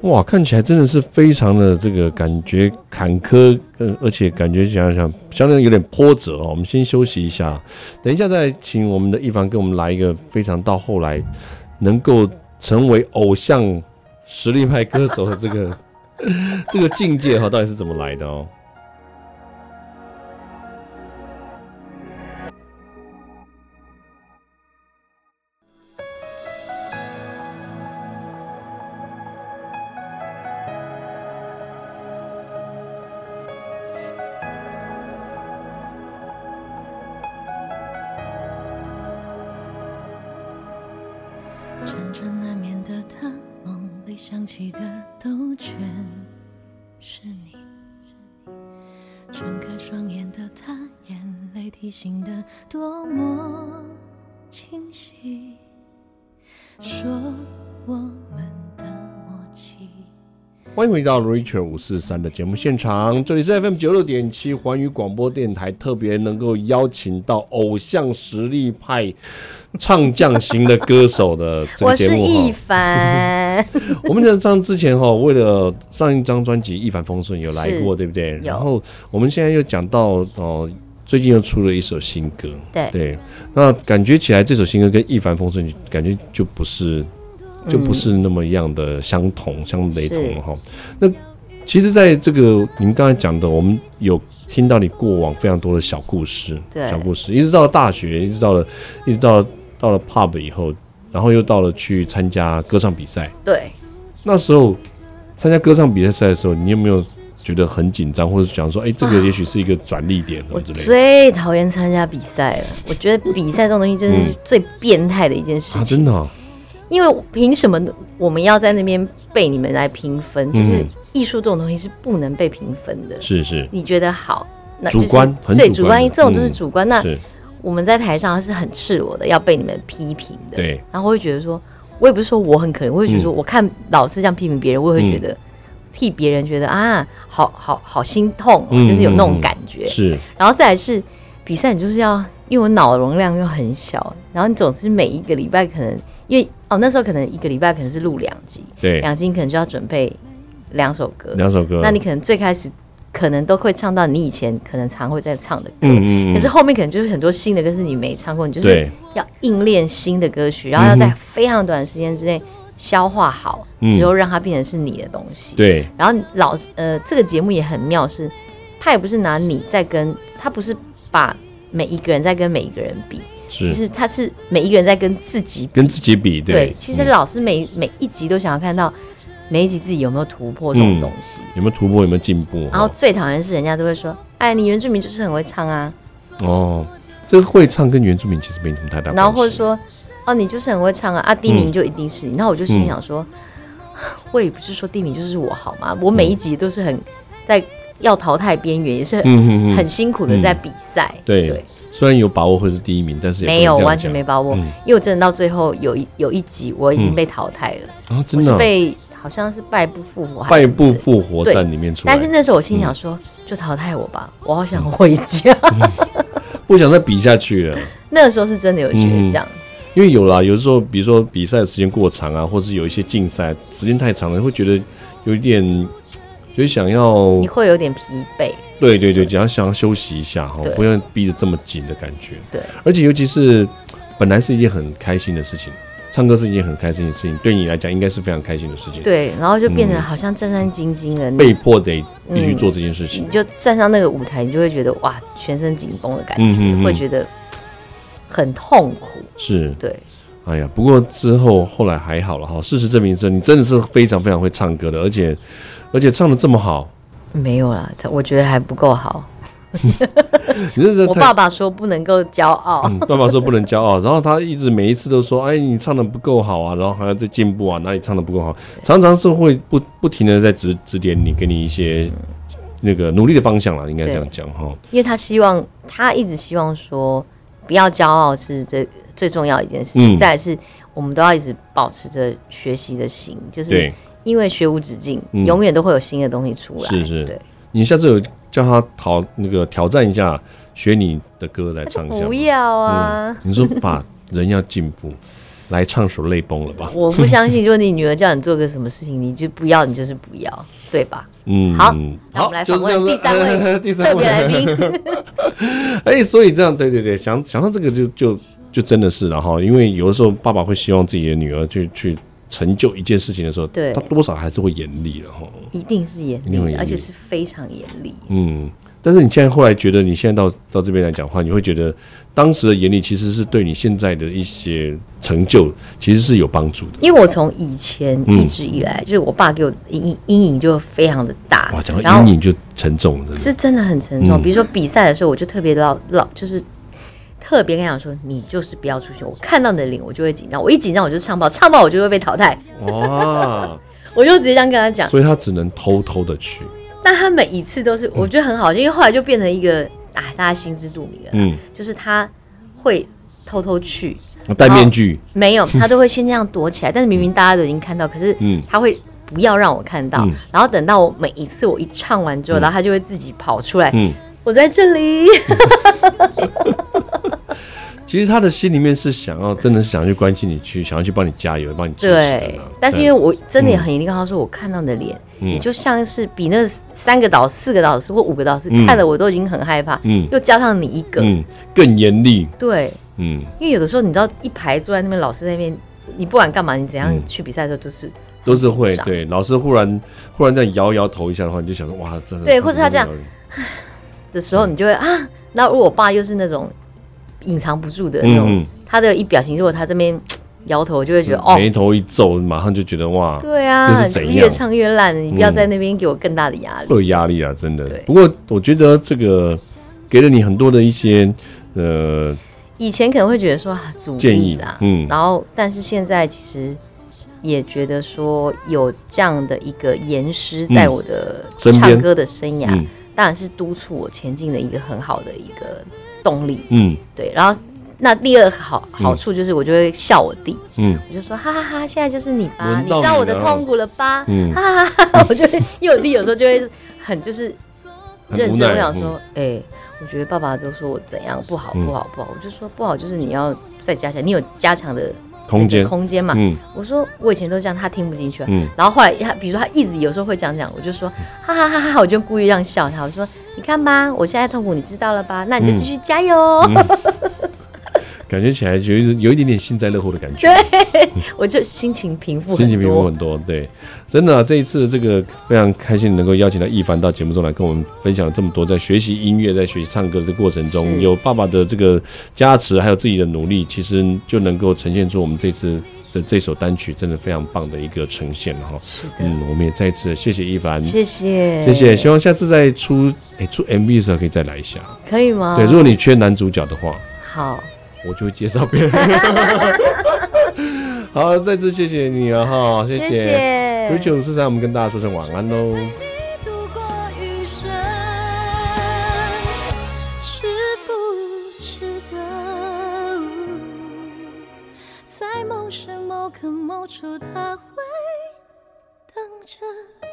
Speaker 2: 哇，看起来真的是非常的这个感觉坎坷，呃，而且感觉想想相当有点波折哦。我们先休息一下，等一下再请我们的一凡跟我们来一个非常到后来能够成为偶像实力派歌手的这个 这个境界哈、到底是怎么来的哦？
Speaker 1: 穿难眠的他，梦里想起的都全是你。睁开双眼的他，眼泪提醒的多么清晰，说我们的默契。
Speaker 2: 欢迎回到 Richard 五四三的节目现场，这里是 FM 九六点七环宇广播电台，特别能够邀请到偶像实力派唱将型的歌手的这
Speaker 3: 我
Speaker 2: 个节
Speaker 3: 是
Speaker 2: 目
Speaker 3: 一
Speaker 2: 哈。
Speaker 3: 凡，
Speaker 2: 我们在上之前哈，为了上一张专辑《一帆风顺》有来过，
Speaker 3: 是
Speaker 2: 对不对？
Speaker 3: 有
Speaker 2: 然后我们现在又讲到哦，最近又出了一首新歌，
Speaker 3: 对
Speaker 2: 对，那感觉起来这首新歌跟《一帆风顺》感觉就不是就不是那么样的相同、相雷同
Speaker 3: 嗯是
Speaker 2: 了哈。那其实，在这个你们刚才讲的，我们有听到你过往非常多的小故事，
Speaker 3: 对
Speaker 2: 小故事，一直到大学，一直到了，一直到到了 pub 以后，然后又到了去参加歌唱比赛。
Speaker 3: 对，
Speaker 2: 那时候参加歌唱比赛的时候，你有没有觉得很紧张，或者想说，哎、这个也许是一个转捩点什
Speaker 3: 我
Speaker 2: 么哦之类的？啊
Speaker 3: 最讨厌参加比赛了，我觉得比赛这种东西真的是最变态的一件
Speaker 2: 嗯
Speaker 3: 事
Speaker 2: 啊，
Speaker 3: 情，
Speaker 2: 真的、哦，
Speaker 3: 因为凭什么我们要在那边被你们来评分？就是
Speaker 2: 嗯
Speaker 3: 艺术这种东西是不能被评分的，
Speaker 2: 是是
Speaker 3: 你觉得好，那就是
Speaker 2: 主观很
Speaker 3: 对
Speaker 2: 主
Speaker 3: 主
Speaker 2: 观
Speaker 3: 观，
Speaker 2: 的
Speaker 3: 这种都是
Speaker 2: 嗯
Speaker 3: 主观。那
Speaker 2: 是，
Speaker 3: 我们在台上是很赤裸的，要被你们批评的。
Speaker 2: 对，嗯
Speaker 3: 然后我会觉得说，我也不是说我很可怜，我会觉得说，我看老师这样批评别人，我也会觉得替别人觉得啊，好好好心痛哦，
Speaker 2: 嗯
Speaker 3: 就是有那
Speaker 2: 嗯嗯
Speaker 3: 种感觉。
Speaker 2: 是
Speaker 3: 然后再来是比赛，你就是要，因为我脑容量又很小，然后你总是每一个礼拜可能，因为哦那时候可能一个礼拜可能是录两集，
Speaker 2: 对，
Speaker 3: 两集你可能就要准备两首歌，
Speaker 2: 两首歌，
Speaker 3: 那你可能最开始可能都会唱到你以前可能常会在唱的歌，
Speaker 2: 嗯嗯嗯
Speaker 3: 可是后面可能就是很多新的歌是你没唱过，你就是
Speaker 2: 对
Speaker 3: 要硬练新的歌曲，然后要在非常短的时间之内消化好，
Speaker 2: 嗯
Speaker 3: 之后让它变成是你的东西。
Speaker 2: 对
Speaker 3: 然后老师呃，这个节目也很妙是，他也不是拿你在跟他不是把每一个人在跟每一个人比，其
Speaker 2: 是
Speaker 3: 实他是每一个人在跟自己比。
Speaker 2: 跟自己比，对，
Speaker 3: 其实
Speaker 2: 嗯
Speaker 3: 老师每、每一集都想要看到每一集自己有没有突破这种
Speaker 2: 嗯
Speaker 3: 东西。
Speaker 2: 有没有突破，有没有进步？
Speaker 3: 然后最讨厌是人家都会说，哎，你原住民就是很会唱啊，
Speaker 2: 哦，这个会唱跟原住民其实没什么太大关系。
Speaker 3: 然后或者说，哦，你就是很会唱啊，
Speaker 2: 嗯
Speaker 3: 啊，第一名就一定是你。那、我就心想说，啊我也不是说第一名就是我好吗？
Speaker 2: 嗯
Speaker 3: 我每一集都是很在要淘汰边缘，也是很,、
Speaker 2: 嗯嗯嗯，
Speaker 3: 辛苦的在比赛。
Speaker 2: 对虽然有把握会是第一名，但是也不能
Speaker 3: 没有
Speaker 2: 这样
Speaker 3: 完全
Speaker 2: 讲
Speaker 3: 没把握，
Speaker 2: 嗯
Speaker 3: 因为我真的到最后有一有一集我已经被淘汰了，
Speaker 2: 啊，
Speaker 3: 我
Speaker 2: 真的
Speaker 3: 是
Speaker 2: 哦
Speaker 3: 被好像是败部复活还
Speaker 2: 败
Speaker 3: 是怎么
Speaker 2: 部
Speaker 3: 之类的
Speaker 2: 复活
Speaker 3: 对
Speaker 2: 战里面出来
Speaker 3: 但是，那时候我心想
Speaker 2: 嗯
Speaker 3: 说，就淘汰我吧，我好想回家。
Speaker 2: 不想再比下去了。
Speaker 3: 那时候是真的有觉得这样。
Speaker 2: 嗯因为有啦，有时候比如说比赛时间过长啊，或是有一些竞赛时间太长了，会觉得有一点，就是想要哦
Speaker 3: 你会有点疲惫，
Speaker 2: 对对对，想要想要休息一下哈
Speaker 3: 对，
Speaker 2: 不要逼得这么紧的感觉。
Speaker 3: 对，
Speaker 2: 而且尤其是本来是一件很开心的事情，唱歌是一件很开心的事情，对你来讲应该是非常开心的事情。，
Speaker 3: 对，然后就变得好像战战兢兢的，
Speaker 2: 嗯被
Speaker 3: 你
Speaker 2: 迫得必须做这件事情
Speaker 3: 你。就站上那个舞台，你就会觉得哇，全身紧绷的感觉，
Speaker 2: 嗯嗯嗯
Speaker 3: 会觉得嘖很痛苦。
Speaker 2: 是，
Speaker 3: 对，
Speaker 2: 哎呀，不过之后后来还好了哈。事实证明，这你真的是非常非常会唱歌的，而且而且唱的这么好，
Speaker 3: 没有啦，这我觉得还不够好。
Speaker 2: 你这是
Speaker 3: 我
Speaker 2: 太
Speaker 3: 爸爸说不能够骄傲，
Speaker 2: 嗯，爸爸说不能骄傲，然后他一直每一次都说，哎，你唱的不够好啊，然后还要再进步啊，哪里唱的不够好，常常是会不不停的在指指点你，给你一些那个努力的方向啦，应该这样讲哈。
Speaker 3: 因为他希望他一直希望说不要骄傲是这最重要的一件事情，
Speaker 2: 嗯
Speaker 3: 再来是我们都要一直保持着学习的心，就是
Speaker 2: 对，
Speaker 3: 因为学无止境，
Speaker 2: 嗯
Speaker 3: 永远都会有新的东西出来。
Speaker 2: 是是
Speaker 3: 对，
Speaker 2: 你下次有叫他讨那个挑战一下，学你的歌来唱一下
Speaker 3: 不
Speaker 2: 吗。
Speaker 3: 要啊。
Speaker 2: 你说把人要进步，来唱首《泪崩》了吧？
Speaker 3: 我不相信，就是你女儿叫你做个什么事情，你就不要，你就是不要，对吧？
Speaker 2: 嗯，
Speaker 3: 好那我
Speaker 2: 好
Speaker 3: 们来，
Speaker 2: 就是
Speaker 3: 访
Speaker 2: 这
Speaker 3: 问
Speaker 2: 样子。
Speaker 3: 第
Speaker 2: 第三
Speaker 3: 三位特
Speaker 2: 位
Speaker 3: 别来宾，
Speaker 2: 哎、所以这样，对对对，想想到这个就就就真的是了哈，因为有的时候爸爸会希望自己的女儿去去成就一件事情的时候，
Speaker 3: 对
Speaker 2: 他多少还是会严厉的哈，
Speaker 3: 一定是严
Speaker 2: 一定会严
Speaker 3: 厉，
Speaker 2: 厉
Speaker 3: 而且是非常严厉。
Speaker 2: 嗯。但是你现在后来觉得，你现在到到这边来讲话，你会觉得当时的严厉其实是对你现在的一些成就其实是有帮助的。
Speaker 3: 因为我从以前一直以来，就是我爸给我的阴阴影就非常的大
Speaker 2: 嗯哇，讲，
Speaker 3: 然
Speaker 2: 到
Speaker 3: 后
Speaker 2: 阴影就沉重了，真的。
Speaker 3: 是真的很沉重。
Speaker 2: 嗯
Speaker 3: 比如说比赛的时候，我就特别老老就是。特别跟他讲说，你就是不要出去，我看到你的脸我就会紧张，我一紧张我就唱爆，唱爆我就会被淘汰，
Speaker 2: 哇，
Speaker 3: 我就直接这样跟他 讲。
Speaker 2: 所以他只能偷偷的去，
Speaker 3: 但他每一次都是我觉得很好，因为后来就变成一个啊，大家心知肚明了，
Speaker 2: 嗯，
Speaker 3: 就是他会偷偷去，
Speaker 2: 戴面具，
Speaker 3: 没有，他都会先这样躲起来，但是明明大家都已经看到，可是
Speaker 2: 嗯
Speaker 3: 他会不要让我看到，
Speaker 2: 嗯
Speaker 3: 然后等到我每一次我一唱完之后，然后他就会自己跑出来，
Speaker 2: 嗯，
Speaker 3: 我在 这里，
Speaker 2: 其实他的心里面是想要，真的是想要去关心你，去想要去帮你加油，帮你支持的
Speaker 3: 对
Speaker 2: 啦。。
Speaker 3: 但是因为我真的也很一定跟他说，我看到你的脸，
Speaker 2: 嗯
Speaker 3: 你就像是比那三个导、四个导师或五个导师、看了我都已经很害怕，
Speaker 2: 嗯
Speaker 3: 又加上你一个，
Speaker 2: 嗯，更严厉，
Speaker 3: 对，
Speaker 2: 嗯，
Speaker 3: 因为有的时候你知道一排坐在那边，老师在那边，你不管干嘛，你怎样
Speaker 2: 嗯
Speaker 3: 去比赛的时候就是很
Speaker 2: 都是会
Speaker 3: 紧张
Speaker 2: 对。老师忽然忽然这样摇摇头一下的话，你就想说哇，真的
Speaker 3: 对或者他这样
Speaker 2: 真的
Speaker 3: 的时
Speaker 2: 嗯
Speaker 3: 候，你就会啊。那如果我爸又是那种隐藏不住的
Speaker 2: 嗯
Speaker 3: 那种，
Speaker 2: 嗯
Speaker 3: 他的一表情，如果他这边摇头，我就会觉得
Speaker 2: 很
Speaker 3: 哦，
Speaker 2: 眉头一皱，马上就觉得哇，
Speaker 3: 对
Speaker 2: 又
Speaker 3: 啊，
Speaker 2: 是
Speaker 3: 你
Speaker 2: 怎样
Speaker 3: 越唱越烂，你不要
Speaker 2: 嗯
Speaker 3: 在那边给我更大的压力。
Speaker 2: 会有压力啊，真的
Speaker 3: 对。
Speaker 2: 不过我觉得这个给了你很多的一些呃
Speaker 3: 以前可能会觉得说啊阻
Speaker 2: 建议
Speaker 3: 力啦，
Speaker 2: 嗯
Speaker 3: 然后但是现在其实也觉得说有这样的一个严师在
Speaker 2: 嗯
Speaker 3: 我的
Speaker 2: 身边
Speaker 3: 唱歌的生涯，
Speaker 2: 嗯
Speaker 3: 当然是督促我前进的一个很好的一个动力。
Speaker 2: 嗯
Speaker 3: 对，然后那第二好好处就是我就会笑我弟，
Speaker 2: 嗯
Speaker 3: 我就说哈哈哈现在就是你吧，
Speaker 2: 轮
Speaker 3: 你
Speaker 2: 到
Speaker 3: 知道
Speaker 2: 你
Speaker 3: 我的
Speaker 2: 了
Speaker 3: 痛苦了吧？
Speaker 2: 嗯，
Speaker 3: 哈哈哈哈，我就会因为我弟有时候就会很就是
Speaker 2: 很
Speaker 3: 认
Speaker 2: 无
Speaker 3: 真，我
Speaker 2: 奈
Speaker 3: 想说，哎、我觉得爸爸都说我怎样不好，
Speaker 2: 嗯
Speaker 3: 不好，不好，我就说不好就是你要再加强，你有加强的
Speaker 2: 嗯空间，
Speaker 3: 空间嘛。
Speaker 2: 嗯
Speaker 3: 我说我以前都这样，他听不进去啊。
Speaker 2: 嗯
Speaker 3: 然后后来他，比如说他一直有时候会这样讲，我就说哈哈哈哈，我就故意让笑他，我说你看吧，我现在痛苦你知道了吧？那
Speaker 2: 嗯
Speaker 3: 你就继续加油哦。
Speaker 2: 感觉起来有一有一点点幸灾乐祸的感觉。
Speaker 3: 我就心情平复
Speaker 2: 心情
Speaker 3: 很
Speaker 2: 平复
Speaker 3: 多。
Speaker 2: 很多，对，真的啊、这一次这个非常开心能够呃邀请到一凡到节目中来跟我们分享了这么多，在学习音乐、在学习唱歌的这个过程中，
Speaker 3: 是
Speaker 2: 有爸爸的这个加持，还有自己的努力，其实就能够呈现出我们这次的这首单曲真的非常棒的一个呈现哈。
Speaker 3: 是的，
Speaker 2: 嗯，我们也再一次谢谢一凡，
Speaker 3: 谢谢，
Speaker 2: 谢谢，希望下次再出哎出 MV 的时候可以再来一下。
Speaker 3: 可以吗？
Speaker 2: 对，如果你缺男主角的话，
Speaker 3: 好，
Speaker 2: 我就会介绍别 人。好，再次谢谢你啊哈，
Speaker 3: 谢谢
Speaker 2: r a c h e l 四三，我们跟大家说声晚安喽。
Speaker 1: 你度过余生，值不值得？在某时某刻某处，他会等着。